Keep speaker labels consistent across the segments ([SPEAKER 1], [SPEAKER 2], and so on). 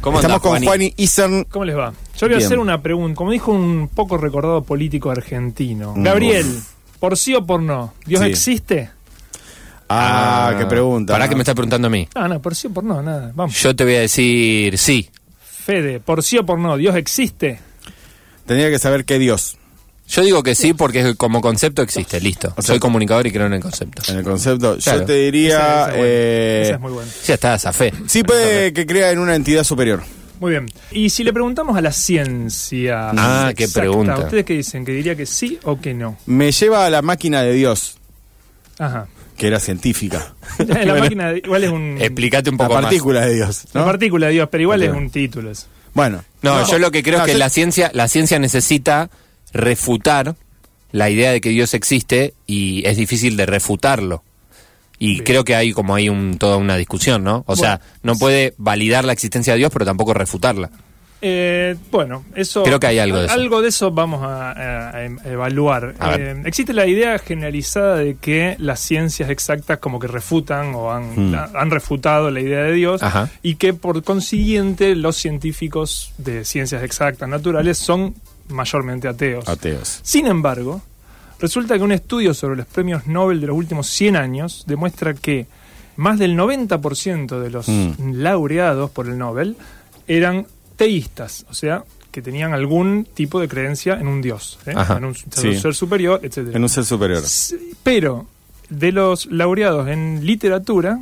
[SPEAKER 1] ¿Cómo
[SPEAKER 2] Estamos
[SPEAKER 1] andás,
[SPEAKER 2] con
[SPEAKER 1] Juani?
[SPEAKER 2] Juan Isern.
[SPEAKER 3] ¿Cómo les va? Yo voy a
[SPEAKER 2] Bien.
[SPEAKER 3] hacer una pregunta, como dijo un poco recordado político argentino. Gabriel, ¿por sí o por no? ¿Dios
[SPEAKER 1] Mm. Sí.
[SPEAKER 3] existe?
[SPEAKER 2] Ah, qué pregunta.
[SPEAKER 1] ¿Para que me estás preguntando a mí?
[SPEAKER 3] Ah, No, no, por sí o por no, nada. Vamos.
[SPEAKER 1] Yo te voy a decir sí.
[SPEAKER 3] Fede, ¿por sí o por no? ¿Dios existe?
[SPEAKER 2] Tendría que saber qué Dios.
[SPEAKER 1] Yo digo que sí porque como concepto existe, listo.
[SPEAKER 2] sea- eh.
[SPEAKER 1] Soy comunicador y creo en el concepto.
[SPEAKER 2] En el concepto,
[SPEAKER 1] Claro.
[SPEAKER 2] yo te diría.
[SPEAKER 3] Esa- esa es buena.
[SPEAKER 2] eh,
[SPEAKER 3] Esa es muy buena.
[SPEAKER 1] Ya está, esa fe.
[SPEAKER 2] sí, puede que crea en una entidad superior.
[SPEAKER 3] Muy bien. Y si le preguntamos a la ciencia.
[SPEAKER 1] Ah, qué pregunta.
[SPEAKER 3] ¿Ustedes qué dicen? ¿Que diría que sí o que no?
[SPEAKER 2] Me lleva a la máquina de Dios,
[SPEAKER 3] Ajá.
[SPEAKER 2] que era científica.
[SPEAKER 3] La máquina de- igual es un.
[SPEAKER 1] Explícate un
[SPEAKER 2] La
[SPEAKER 1] poco más.
[SPEAKER 2] partícula de Dios.
[SPEAKER 3] La
[SPEAKER 2] ¿no?
[SPEAKER 3] partícula de Dios, pero igual es un título. eso.
[SPEAKER 2] Bueno.
[SPEAKER 1] No, yo lo que creo
[SPEAKER 2] No,
[SPEAKER 1] es que
[SPEAKER 2] yo-
[SPEAKER 1] la ciencia, la ciencia necesita refutar la idea de que Dios existe y es difícil de refutarlo. Y creo que hay como hay un, toda una discusión, ¿no? O sea, no puede validar la existencia de Dios, pero tampoco refutarla.
[SPEAKER 3] Eh, bueno, eso.
[SPEAKER 1] Creo que hay algo de eso.
[SPEAKER 3] Algo de eso vamos a, a- a em- a evaluar.
[SPEAKER 1] A ver.
[SPEAKER 3] Eh, existe la idea generalizada de que las ciencias exactas, como que refutan o han,
[SPEAKER 2] Mm.
[SPEAKER 3] ha- han refutado la idea de Dios,
[SPEAKER 1] Hmm. Ajá.
[SPEAKER 3] y que por consiguiente los científicos de ciencias exactas naturales son mayormente ateos.
[SPEAKER 2] Ateos.
[SPEAKER 3] Sin embargo, resulta que un estudio sobre los premios Nobel de los últimos 100 años demuestra que más del 90% de los
[SPEAKER 2] Mm.
[SPEAKER 3] laureados por el Nobel eran teístas, o sea, que tenían algún tipo de creencia en un dios, ¿eh?
[SPEAKER 1] Ajá,
[SPEAKER 3] en un, en
[SPEAKER 2] sí.
[SPEAKER 3] un ser superior, etc.
[SPEAKER 2] En un ser superior.
[SPEAKER 3] Pero de los laureados en literatura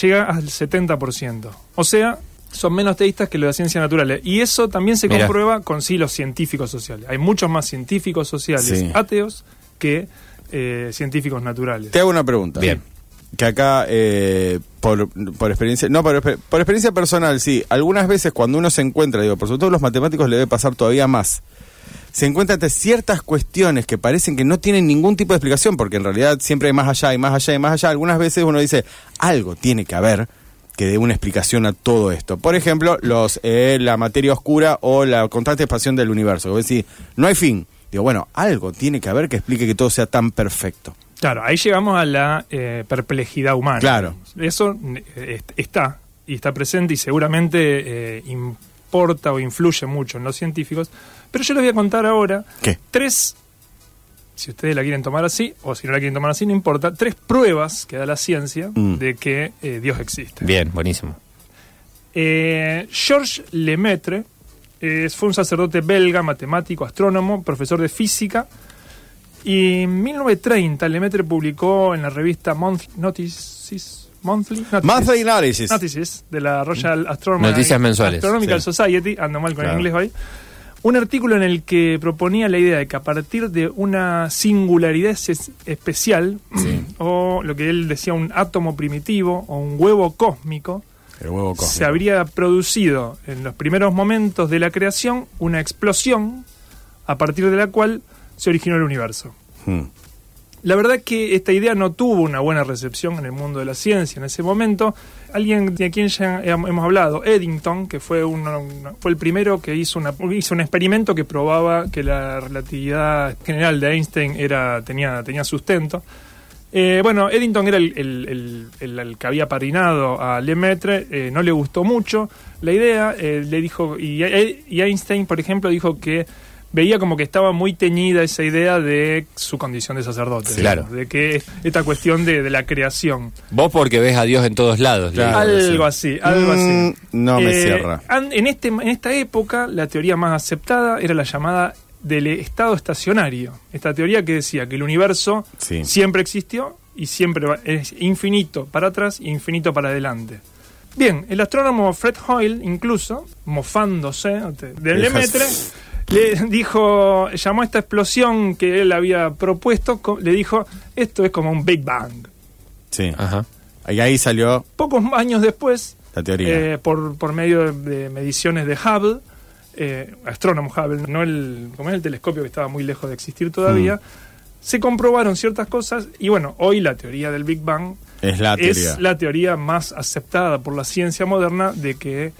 [SPEAKER 3] llega al 70%, o sea... Son menos teístas que los de ciencias naturales. Y eso también se
[SPEAKER 1] Mirá.
[SPEAKER 3] comprueba con sí los científicos sociales. Hay muchos más científicos sociales
[SPEAKER 2] Sí.
[SPEAKER 3] ateos que eh, científicos naturales.
[SPEAKER 2] Te hago una pregunta.
[SPEAKER 1] Bien.
[SPEAKER 2] Que acá, eh, por, por experiencia, no, por, exper- por experiencia personal, sí. Algunas veces cuando uno se encuentra, digo, por sobre todo los matemáticos le debe pasar todavía más. Se encuentra ante ciertas cuestiones que parecen que no tienen ningún tipo de explicación, porque en realidad siempre hay más allá y más allá y más allá. Algunas veces uno dice, algo tiene que haber que dé una explicación a todo esto. Por ejemplo, los eh, la materia oscura o la constante expansión del universo. Es decir, no hay fin. Digo, bueno, algo tiene que haber que explique que todo sea tan perfecto.
[SPEAKER 3] Claro, ahí llegamos a la eh, perplejidad humana.
[SPEAKER 2] Claro.
[SPEAKER 3] Eso eh, est- está y está presente y seguramente eh, importa o influye mucho en los científicos. Pero yo les voy a contar ahora
[SPEAKER 2] ¿Qué?
[SPEAKER 3] tres, si ustedes la quieren tomar así o si no la quieren tomar así, no importa, tres pruebas que da la ciencia
[SPEAKER 2] Mm.
[SPEAKER 3] de que eh, Dios existe.
[SPEAKER 1] Bien, buenísimo.
[SPEAKER 3] Eh, Georges Lemaitre eh, fue un sacerdote belga, matemático, astrónomo, profesor de física. Y en 1930 Lemaitre publicó en la revista Monthly Notices, Monthly Notices,
[SPEAKER 2] Monthly Analysis.
[SPEAKER 3] Notices de la Royal Astronomical,
[SPEAKER 1] Noticias mensuales,
[SPEAKER 3] Astronomical
[SPEAKER 2] sí.
[SPEAKER 3] Society, ando mal con
[SPEAKER 2] Claro.
[SPEAKER 3] el inglés hoy, un artículo en el que proponía la idea de que a partir de una singularidad es- especial, o lo que él decía un átomo primitivo o un huevo cósmico,
[SPEAKER 2] El huevo
[SPEAKER 3] se habría producido en los primeros momentos de la creación una explosión a partir de la cual se originó el universo.
[SPEAKER 2] Mm.
[SPEAKER 3] La verdad que esta idea no tuvo una buena recepción en el mundo de la ciencia en ese momento. Alguien de quien ya hem- hemos hablado, Eddington, que fue, uno- una- fue el primero que hizo, una- hizo un experimento que probaba que la relatividad general de Einstein era, tenía, tenía sustento. Eh, bueno, Eddington era el, el- el- el- el que había padrinado a Lemaitre, eh, no le gustó mucho la idea, eh, le dijo, y, y Einstein, por ejemplo, dijo que veía como que estaba muy teñida esa idea de su condición de sacerdote,
[SPEAKER 1] Sí,
[SPEAKER 3] digamos,
[SPEAKER 1] claro.
[SPEAKER 3] de que esta cuestión de, de la creación,
[SPEAKER 1] Vos porque ves a Dios en todos lados. le
[SPEAKER 2] Claro.
[SPEAKER 1] digo.
[SPEAKER 3] algo así, algo así.
[SPEAKER 2] Mm, no me
[SPEAKER 3] Eh,
[SPEAKER 2] cierra.
[SPEAKER 3] an- En, este, en esta época, la teoría más aceptada era la llamada del estado estacionario. Esta teoría que decía que el universo
[SPEAKER 2] Sí.
[SPEAKER 3] siempre existió y siempre va- es infinito para atrás e infinito para adelante. Bien, el astrónomo Fred Hoyle, incluso, mofándose de Lemaitre, le dijo, llamó a esta explosión que él había propuesto, co- le dijo, esto es como un Big Bang.
[SPEAKER 2] Sí. Ah,
[SPEAKER 1] Ajá.
[SPEAKER 2] Y ahí salió
[SPEAKER 3] Pocos años después,
[SPEAKER 2] la teoría.
[SPEAKER 3] eh, por, por medio de, de mediciones de Hubble, eh, astrónomo Hubble, no el, como es el telescopio que estaba muy lejos de existir
[SPEAKER 1] Mm.
[SPEAKER 3] todavía, se comprobaron ciertas cosas y bueno, hoy la teoría del Big Bang
[SPEAKER 2] es la teoría.
[SPEAKER 3] es la teoría más aceptada por la ciencia moderna de que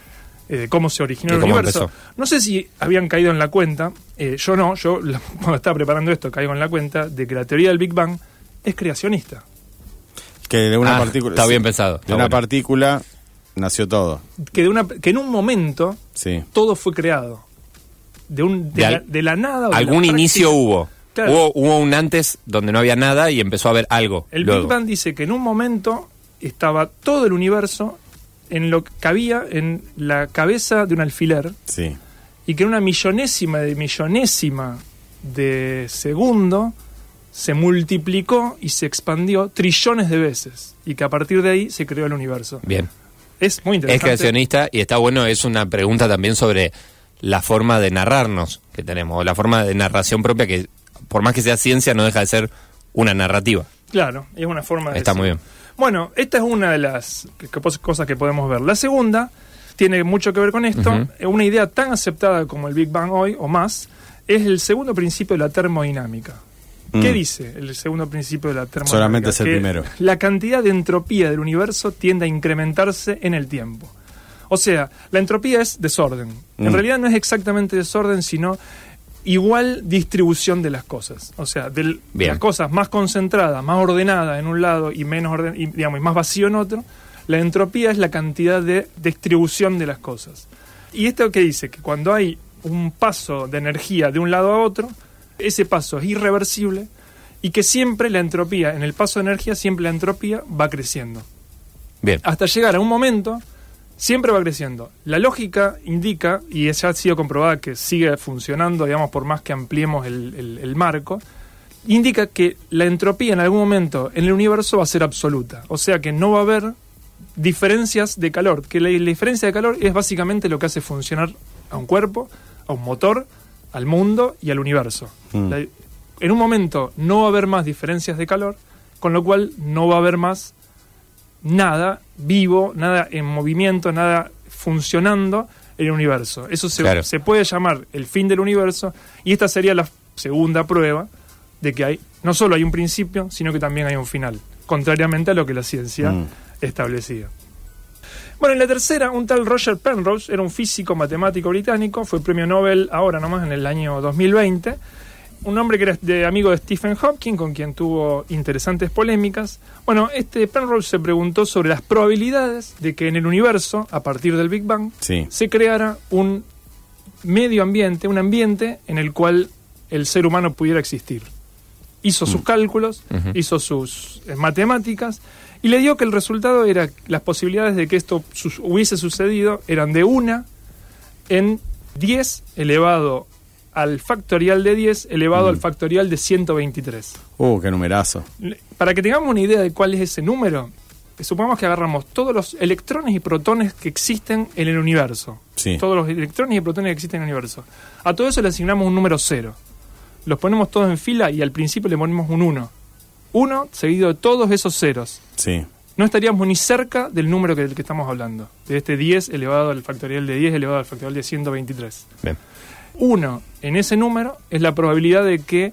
[SPEAKER 3] eh, de cómo se originó
[SPEAKER 1] De
[SPEAKER 3] el
[SPEAKER 1] cómo
[SPEAKER 3] universo.
[SPEAKER 1] empezó.
[SPEAKER 3] No sé si habían caído en la cuenta, eh, yo no, yo la- cuando estaba preparando esto caigo en la cuenta de que la teoría del Big Bang es creacionista.
[SPEAKER 2] que de una
[SPEAKER 1] Ah,
[SPEAKER 2] partícula.
[SPEAKER 1] Está
[SPEAKER 2] sí,
[SPEAKER 1] bien pensado.
[SPEAKER 2] De
[SPEAKER 1] está
[SPEAKER 2] una
[SPEAKER 1] bueno.
[SPEAKER 2] partícula nació todo.
[SPEAKER 3] que, de una, que en un momento
[SPEAKER 2] Sí.
[SPEAKER 3] todo fue creado. De, un, de,
[SPEAKER 1] De al-
[SPEAKER 3] la, de la nada. o de la
[SPEAKER 1] Algún
[SPEAKER 3] práctica.
[SPEAKER 1] inicio hubo.
[SPEAKER 3] Claro.
[SPEAKER 1] hubo. Hubo un antes donde no había nada y empezó a haber algo.
[SPEAKER 3] El
[SPEAKER 1] luego.
[SPEAKER 3] Big Bang dice que en un momento estaba todo el universo en lo que cabía en la cabeza de un alfiler
[SPEAKER 2] Sí.
[SPEAKER 3] y que en una millonésima de millonésima de segundo se multiplicó y se expandió trillones de veces y que a partir de ahí se creó el universo.
[SPEAKER 1] Bien.
[SPEAKER 3] Es muy
[SPEAKER 1] Es
[SPEAKER 3] interesante.
[SPEAKER 1] creacionista y está bueno, es una pregunta también sobre la forma de narrarnos que tenemos, o la forma de narración propia que, por más que sea ciencia, no deja de ser una narrativa.
[SPEAKER 3] Claro, es una forma de
[SPEAKER 1] Está
[SPEAKER 3] decir.
[SPEAKER 1] muy bien.
[SPEAKER 3] Bueno, esta es una de las que- que pos- cosas que podemos ver. La segunda tiene mucho que ver con esto.
[SPEAKER 1] Ujú.
[SPEAKER 3] Eh, Una idea tan aceptada como el Big Bang hoy o más es el segundo principio de la termodinámica. ¿Qué
[SPEAKER 2] Mm.
[SPEAKER 3] dice el segundo principio de la termodinámica?
[SPEAKER 2] Solamente es el
[SPEAKER 3] Que
[SPEAKER 2] primero.
[SPEAKER 3] La cantidad de entropía del universo tiende a incrementarse en el tiempo. O sea, la entropía es desorden. En
[SPEAKER 2] Mm.
[SPEAKER 3] realidad no es exactamente desorden, sino igual distribución de las cosas. O sea, del- de
[SPEAKER 1] Bien.
[SPEAKER 3] las cosas más concentradas, más ordenadas en un lado y menos orden- y, digamos, y más vacío en otro. La entropía es la cantidad de distribución de las cosas. ¿Y esto qué dice? Que cuando hay un paso de energía de un lado a otro, ese paso es irreversible y que siempre la entropía, en el paso de energía, siempre la entropía va creciendo
[SPEAKER 1] Bien.
[SPEAKER 3] hasta llegar a un momento, siempre va creciendo. La lógica indica, y ya ha sido comprobada que sigue funcionando, digamos, por más que ampliemos el, el- el marco, indica que la entropía en algún momento en el universo va a ser absoluta. O sea que no va a haber diferencias de calor, que la, la diferencia de calor es básicamente lo que hace funcionar a un cuerpo, a un motor, al mundo y al universo.
[SPEAKER 2] Mm.
[SPEAKER 3] La- en un momento no va a haber más diferencias de calor, con lo cual no va a haber más nada vivo, nada en movimiento, nada funcionando en el universo. Eso se,
[SPEAKER 1] Claro.
[SPEAKER 3] se puede llamar el fin del universo y esta sería la segunda prueba de que hay no solo hay un principio, sino que también hay un final, contrariamente a lo que la ciencia
[SPEAKER 2] Mm.
[SPEAKER 3] establecía. Bueno, en la tercera, un tal Roger Penrose era un físico matemático británico, fue premio Nobel ahora nomás en el año 2020. Un hombre que era de- amigo de Stephen Hopkins, con quien tuvo interesantes polémicas. Bueno, este Penrose se preguntó sobre las probabilidades de que en el universo, a partir del Big Bang,
[SPEAKER 2] Sí.
[SPEAKER 3] se creara un medio ambiente, un ambiente en el cual el ser humano pudiera existir. Hizo sus cálculos,
[SPEAKER 1] Ujú.
[SPEAKER 3] hizo sus eh, matemáticas y le dio que el resultado era las posibilidades de que esto sus- hubiese sucedido eran de una en 10 elevado al factorial de 10 elevado al factorial de 123.
[SPEAKER 2] Uh, qué numerazo.
[SPEAKER 3] Le- Para que tengamos una idea de cuál es ese número, eh, supongamos que agarramos todos los electrones y protones que existen en el universo.
[SPEAKER 2] Sí.
[SPEAKER 3] Todos los electrones y protones que existen en el universo. A todo eso le asignamos un número cero. Los ponemos todos en fila y al principio le ponemos un 1. 1 seguido de todos esos ceros.
[SPEAKER 2] Sí.
[SPEAKER 3] No estaríamos ni cerca del número que, del que estamos hablando. De este 10 elevado al factorial de 10 elevado al factorial de 123.
[SPEAKER 1] Bien.
[SPEAKER 3] 1 en ese número es la probabilidad de que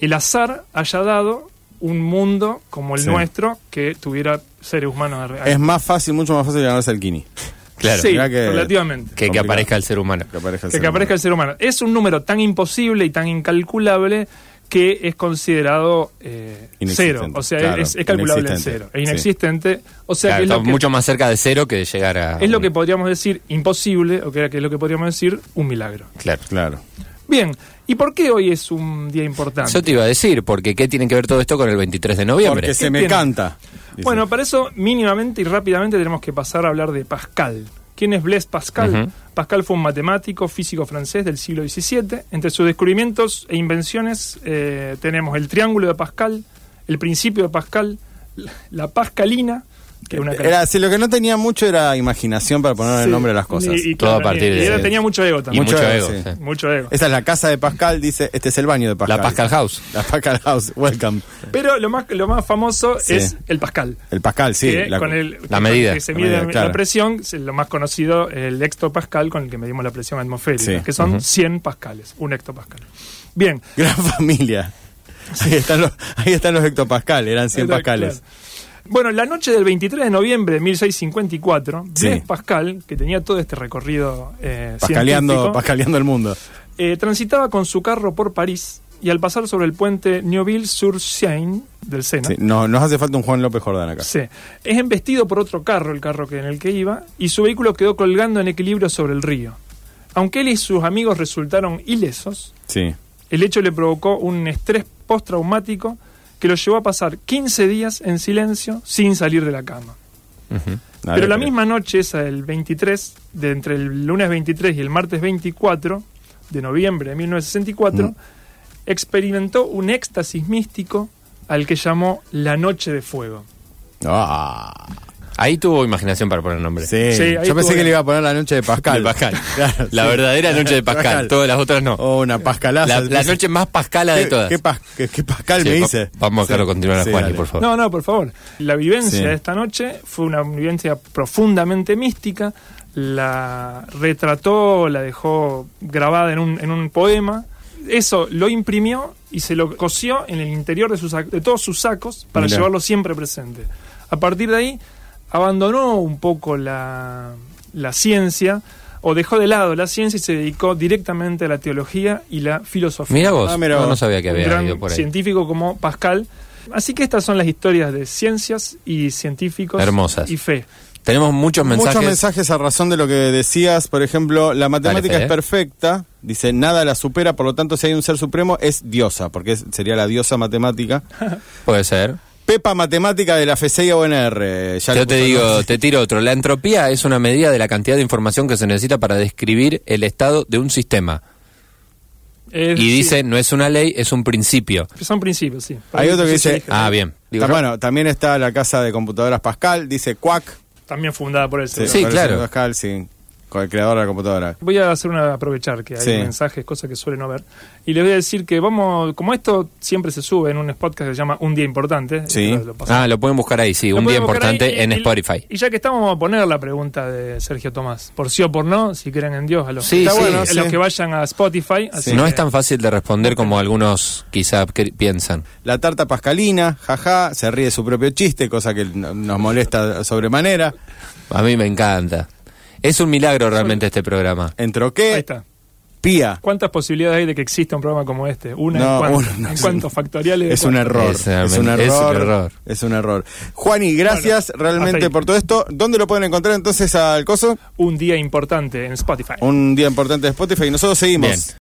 [SPEAKER 3] el azar haya dado un mundo como el
[SPEAKER 2] Sí.
[SPEAKER 3] nuestro que tuviera seres humanos de
[SPEAKER 2] Es más fácil, mucho más fácil ganarse el Kini.
[SPEAKER 1] Claro.
[SPEAKER 3] sí,
[SPEAKER 2] mirá que-
[SPEAKER 3] relativamente.
[SPEAKER 1] Que, que
[SPEAKER 2] Complicado.
[SPEAKER 1] aparezca el ser humano.
[SPEAKER 2] Que aparezca el
[SPEAKER 3] Que,
[SPEAKER 2] ser
[SPEAKER 3] que aparezca el ser humano. Es un número tan imposible y tan incalculable que es considerado eh,
[SPEAKER 2] Inexistente,
[SPEAKER 3] cero. O sea,
[SPEAKER 2] claro,
[SPEAKER 3] es, es calculable en
[SPEAKER 2] inexistente,
[SPEAKER 3] cero. Es
[SPEAKER 2] sí.
[SPEAKER 3] inexistente. O sea,
[SPEAKER 1] Claro,
[SPEAKER 3] que es lo
[SPEAKER 1] está
[SPEAKER 3] que-
[SPEAKER 1] mucho más cerca de cero que de llegar a.
[SPEAKER 3] es lo
[SPEAKER 1] un-
[SPEAKER 3] que podríamos decir imposible, o que que es lo que podríamos decir un milagro.
[SPEAKER 1] Claro.
[SPEAKER 2] Claro.
[SPEAKER 3] Bien, ¿y por qué hoy es un día
[SPEAKER 2] Ah.
[SPEAKER 3] importante?
[SPEAKER 1] Eso te iba a decir, porque ¿qué tiene que ver todo esto con el 23 de noviembre?
[SPEAKER 2] Porque se me
[SPEAKER 3] tiene?
[SPEAKER 2] canta. dice.
[SPEAKER 3] Bueno, para eso mínimamente y rápidamente tenemos que pasar a hablar de Pascal. ¿Quién es Blaise Pascal?
[SPEAKER 1] Ujú.
[SPEAKER 3] Pascal fue un matemático, físico francés del siglo XVII. Entre sus descubrimientos e invenciones eh, tenemos el triángulo de Pascal, el principio de Pascal, la- la pascalina, que es una
[SPEAKER 2] Era, si lo que no tenía mucho era imaginación para poner el nombre a las cosas.
[SPEAKER 3] Y, y
[SPEAKER 1] Todo a
[SPEAKER 3] claro,
[SPEAKER 1] partir
[SPEAKER 3] y-
[SPEAKER 1] de-
[SPEAKER 3] y era- tenía mucho ego
[SPEAKER 1] y
[SPEAKER 3] también.
[SPEAKER 1] mucho,
[SPEAKER 2] Mucho Este.
[SPEAKER 1] ego.
[SPEAKER 2] ego,
[SPEAKER 1] sí.
[SPEAKER 3] mucho ego.
[SPEAKER 2] Esa es la casa de Pascal, dice, este es el baño de Pascal.
[SPEAKER 1] La Pascal House.
[SPEAKER 2] La Pascal House, welcome.
[SPEAKER 3] Pero lo más, lo más famoso
[SPEAKER 2] Sí.
[SPEAKER 3] es el Pascal.
[SPEAKER 2] El Pascal, sí.
[SPEAKER 3] que
[SPEAKER 2] la-
[SPEAKER 3] con el,
[SPEAKER 1] la
[SPEAKER 3] que-
[SPEAKER 1] medida.
[SPEAKER 3] que se
[SPEAKER 2] La
[SPEAKER 3] mide
[SPEAKER 2] medida,
[SPEAKER 3] la,
[SPEAKER 2] claro.
[SPEAKER 3] presión, es lo más conocido, el hectopascal con el que medimos la presión atmosférica,
[SPEAKER 2] Sí.
[SPEAKER 3] que son 100 pascales, un hectopascal. Bien,
[SPEAKER 2] Gran familia. Ahí están los, ahí están los hectopascal, eran 100
[SPEAKER 3] Era,
[SPEAKER 2] pascales.
[SPEAKER 3] claro. Bueno, la noche del 23 de noviembre de 1654,
[SPEAKER 2] Sí.
[SPEAKER 3] Blaise Pascal, que tenía todo este recorrido eh,
[SPEAKER 2] Pascaleando,
[SPEAKER 3] científico,
[SPEAKER 2] pascaleando el mundo.
[SPEAKER 3] eh, transitaba con su carro por París y al pasar sobre el puente Neuville-sur-Seine del Sena,
[SPEAKER 2] Sí, no, nos hace falta un Juan López Jordán acá.
[SPEAKER 3] Sí. Es embestido por otro carro, el carro que, en el que iba, y su vehículo quedó colgando en equilibrio sobre el río. Aunque él y sus amigos resultaron ilesos,
[SPEAKER 2] Sí.
[SPEAKER 3] el hecho le provocó un estrés postraumático que lo llevó a pasar 15 días en silencio sin salir de la cama.
[SPEAKER 1] Ujú.
[SPEAKER 2] Nada
[SPEAKER 3] Pero
[SPEAKER 2] que
[SPEAKER 3] la
[SPEAKER 2] ver.
[SPEAKER 3] misma noche, esa del 23, de entre el lunes 23 y el martes 24 de noviembre de 1964,
[SPEAKER 2] Mm.
[SPEAKER 3] experimentó un éxtasis místico al que llamó la noche de fuego.
[SPEAKER 2] Ah,
[SPEAKER 1] Ahí tuvo imaginación para poner nombre.
[SPEAKER 2] sí.
[SPEAKER 3] Sí, ahí
[SPEAKER 2] Yo pensé
[SPEAKER 3] tuvo-
[SPEAKER 2] que le iba a poner la noche de
[SPEAKER 1] De
[SPEAKER 2] Pascal.
[SPEAKER 1] Pascal.
[SPEAKER 2] Claro,
[SPEAKER 1] La
[SPEAKER 2] sí.
[SPEAKER 1] verdadera noche de Pascal.
[SPEAKER 2] Pascal.
[SPEAKER 1] Todas las otras no.
[SPEAKER 2] O una
[SPEAKER 1] la,
[SPEAKER 2] Pascalaza.
[SPEAKER 1] la noche más pascala de
[SPEAKER 2] ¿Qué-
[SPEAKER 1] todas.
[SPEAKER 2] ¿Qué, pas- qué- qué Pascal
[SPEAKER 1] Sí,
[SPEAKER 2] me
[SPEAKER 1] va-
[SPEAKER 2] dice?
[SPEAKER 1] Vamos a dejarlo continuar a
[SPEAKER 2] Sí,
[SPEAKER 1] Juan,
[SPEAKER 2] dale.
[SPEAKER 1] por favor.
[SPEAKER 3] No, no, por favor. La vivencia
[SPEAKER 2] Sí.
[SPEAKER 3] de esta noche fue una vivencia profundamente mística. La retrató, la dejó grabada en un, en un poema. Eso lo imprimió y se lo cosió en el interior de, sus, sac- de todos sus sacos para
[SPEAKER 2] Mirá.
[SPEAKER 3] llevarlo siempre presente. A partir de ahí, abandonó un poco la, la ciencia o dejó de lado la ciencia y se dedicó directamente a la teología y la filosofía.
[SPEAKER 1] Mira vos,
[SPEAKER 2] Ah, mira
[SPEAKER 1] no,
[SPEAKER 2] vos.
[SPEAKER 1] no sabía que
[SPEAKER 3] un
[SPEAKER 1] había
[SPEAKER 3] gran
[SPEAKER 1] ido por ahí.
[SPEAKER 3] científico como Pascal. Así que estas son las historias de ciencias y científicos
[SPEAKER 1] Hermosas.
[SPEAKER 3] y fe.
[SPEAKER 1] Tenemos muchos mensajes.
[SPEAKER 2] Muchos mensajes a razón de lo que decías. Por ejemplo, la matemática
[SPEAKER 1] Fede.
[SPEAKER 2] es perfecta. Dice, nada la supera, por lo tanto, si hay un ser supremo, es diosa, porque es- sería la diosa matemática.
[SPEAKER 1] Puede ser.
[SPEAKER 2] Pepa Matemática de la FCI UNR. Ya le
[SPEAKER 1] Yo te
[SPEAKER 2] puso
[SPEAKER 1] digo,
[SPEAKER 2] nombre.
[SPEAKER 1] te tiro otro. La entropía es una medida de la cantidad de información que se necesita para describir el estado de un sistema.
[SPEAKER 3] Es
[SPEAKER 1] Y
[SPEAKER 3] decir,
[SPEAKER 1] dice, no es una ley, es un principio.
[SPEAKER 3] Eh, Son principios, sí.
[SPEAKER 2] Hay otro que
[SPEAKER 3] Sí, sí,
[SPEAKER 2] dice-
[SPEAKER 3] dije.
[SPEAKER 1] Ah, bien. Digo,
[SPEAKER 2] Ta- bueno, también está la casa de computadoras Pascal, dice Quack.
[SPEAKER 3] También fundada por él.
[SPEAKER 2] Sí,
[SPEAKER 1] Sí,
[SPEAKER 2] parece
[SPEAKER 1] claro.
[SPEAKER 2] Pascal, sí, con el creador de la computadora.
[SPEAKER 3] Voy a hacer una aprovechar que hay
[SPEAKER 2] Sí.
[SPEAKER 3] mensajes, cosas que suelen no ver. Y les voy a decir que vamos, como esto siempre se sube en un podcast que se llama Un Día Importante.
[SPEAKER 2] Sí.
[SPEAKER 3] y lo- lo pasamos.
[SPEAKER 1] ah, lo pueden buscar ahí, sí.
[SPEAKER 3] Lo
[SPEAKER 1] un día
[SPEAKER 3] pueden buscar
[SPEAKER 1] importante
[SPEAKER 3] ahí y-
[SPEAKER 1] en
[SPEAKER 3] y-
[SPEAKER 1] Spotify.
[SPEAKER 3] Y ya que estamos, vamos a poner la pregunta de Sergio Tomás. Por sí o por no, si creen en Dios, a los,
[SPEAKER 1] Sí,
[SPEAKER 3] que,
[SPEAKER 1] sí.
[SPEAKER 3] a los
[SPEAKER 2] sí.
[SPEAKER 3] que vayan a Spotify. así
[SPEAKER 1] No
[SPEAKER 3] que-
[SPEAKER 1] es tan fácil de responder como algunos quizá que- piensan.
[SPEAKER 2] La tarta pascalina, jaja, se ríe de su propio chiste, cosa que no- nos molesta sobremanera.
[SPEAKER 1] A mí me encanta. Es un milagro realmente este programa.
[SPEAKER 3] Ahí
[SPEAKER 2] Entroqué,
[SPEAKER 3] está.
[SPEAKER 2] pía.
[SPEAKER 3] ¿Cuántas posibilidades hay de que exista un programa como este? Una
[SPEAKER 2] No,
[SPEAKER 3] en cuánto,
[SPEAKER 2] uno, no,
[SPEAKER 3] en
[SPEAKER 2] es
[SPEAKER 3] cuánto
[SPEAKER 2] un-
[SPEAKER 3] factoriales. de
[SPEAKER 2] Es un
[SPEAKER 3] cuánto?
[SPEAKER 2] error.
[SPEAKER 1] Es
[SPEAKER 2] Es,
[SPEAKER 1] realmente-
[SPEAKER 2] un
[SPEAKER 1] es un
[SPEAKER 2] error.
[SPEAKER 1] error.
[SPEAKER 2] Es un error. Juani, gracias
[SPEAKER 3] Bueno, hasta
[SPEAKER 2] realmente
[SPEAKER 3] ahí.
[SPEAKER 2] por todo esto. ¿Dónde lo pueden encontrar entonces al coso?
[SPEAKER 3] Un día importante en Spotify.
[SPEAKER 2] Un día importante de Spotify. Y nosotros seguimos.
[SPEAKER 1] Bien.